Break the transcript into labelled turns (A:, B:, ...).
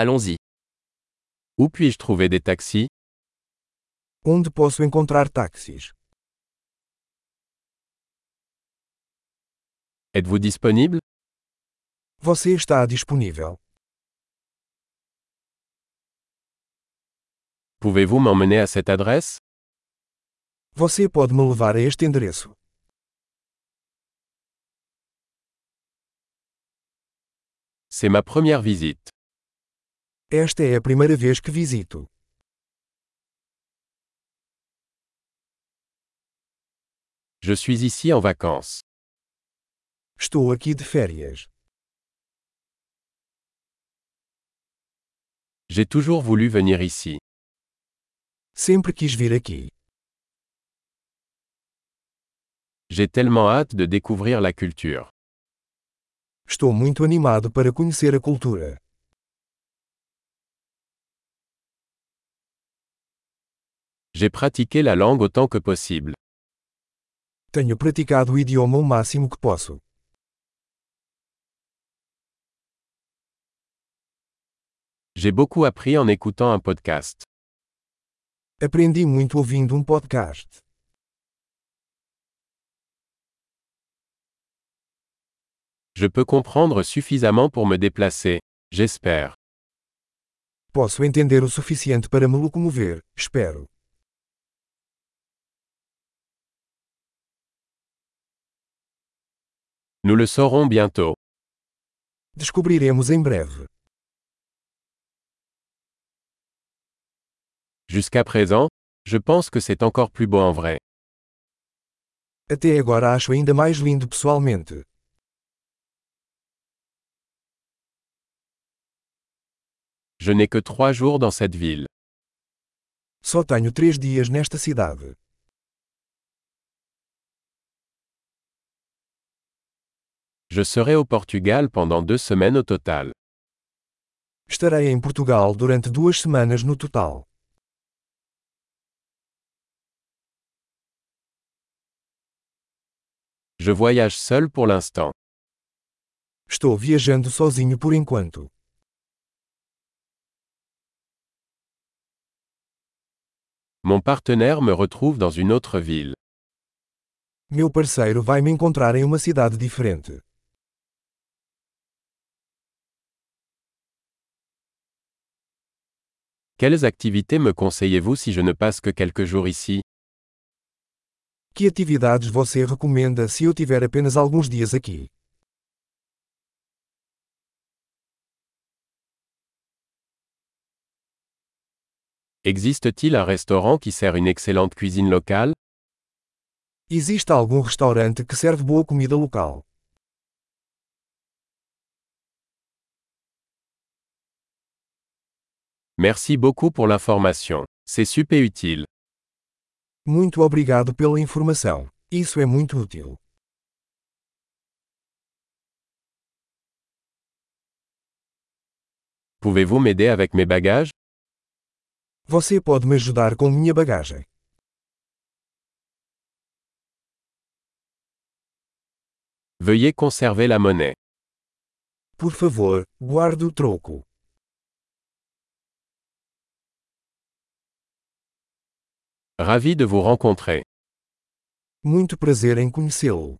A: Allons-y. Où puis-je trouver des taxis
B: Onde posso encontrar táxis?
A: Êtes-vous disponible
B: Você está disponível?
A: Pouvez-vous m'emmener à cette adresse
B: Você pode me levar a este endereço?
A: C'est ma première visite.
B: Esta é a primeira vez que visito.
A: Je suis ici en vacances.
B: Estou aqui de férias.
A: J'ai toujours voulu venir ici.
B: Sempre quis vir aqui.
A: J'ai tellement hâte de découvrir la culture.
B: Estou muito animado para conhecer a cultura.
A: J'ai pratiqué la langue autant que possible.
B: Tenho praticado o idioma o máximo que posso.
A: J'ai beaucoup appris en écoutant un podcast.
B: Aprendi muito ouvindo um podcast.
A: Je peux comprendre suffisamment pour me déplacer, j'espère.
B: Posso entender o suficiente para me locomover, espero.
A: Nous le saurons bientôt.
B: Descobriremos em breve.
A: Jusqu'à présent, je pense que c'est encore plus beau en vrai.
B: Até agora acho ainda mais lindo pessoalmente.
A: Je n'ai que trois jours dans cette ville.
B: Só tenho três dias nesta cidade.
A: Je serai au Portugal pendant deux semaines au total.
B: Estarei em Portugal durante duas semanas no total.
A: Je voyage seul pour l'instant.
B: Estou viajando sozinho por enquanto.
A: Mon partenaire me retrouve dans une autre ville.
B: Meu parceiro vai me encontrar em uma cidade diferente.
A: Quelles activités me conseillez-vous si je ne passe que quelques jours ici
B: Que atividades você recomenda se eu tiver apenas alguns dias aqui?
A: Existe-t-il un restaurant qui sert une excellente cuisine locale
B: Existe algum restaurante que serve boa comida local?
A: Merci beaucoup pour l'information. C'est super utile.
B: Muito obrigado pela informação. Isso é muito útil.
A: Pouvez-vous m'aider avec mes bagages
B: Você pode me ajudar com minha bagagem.
A: Veuillez conserver la monnaie.
B: Por favor, guarde o troco.
A: Ravi de vous rencontrer.
B: Muito prazer em conhecê-lo.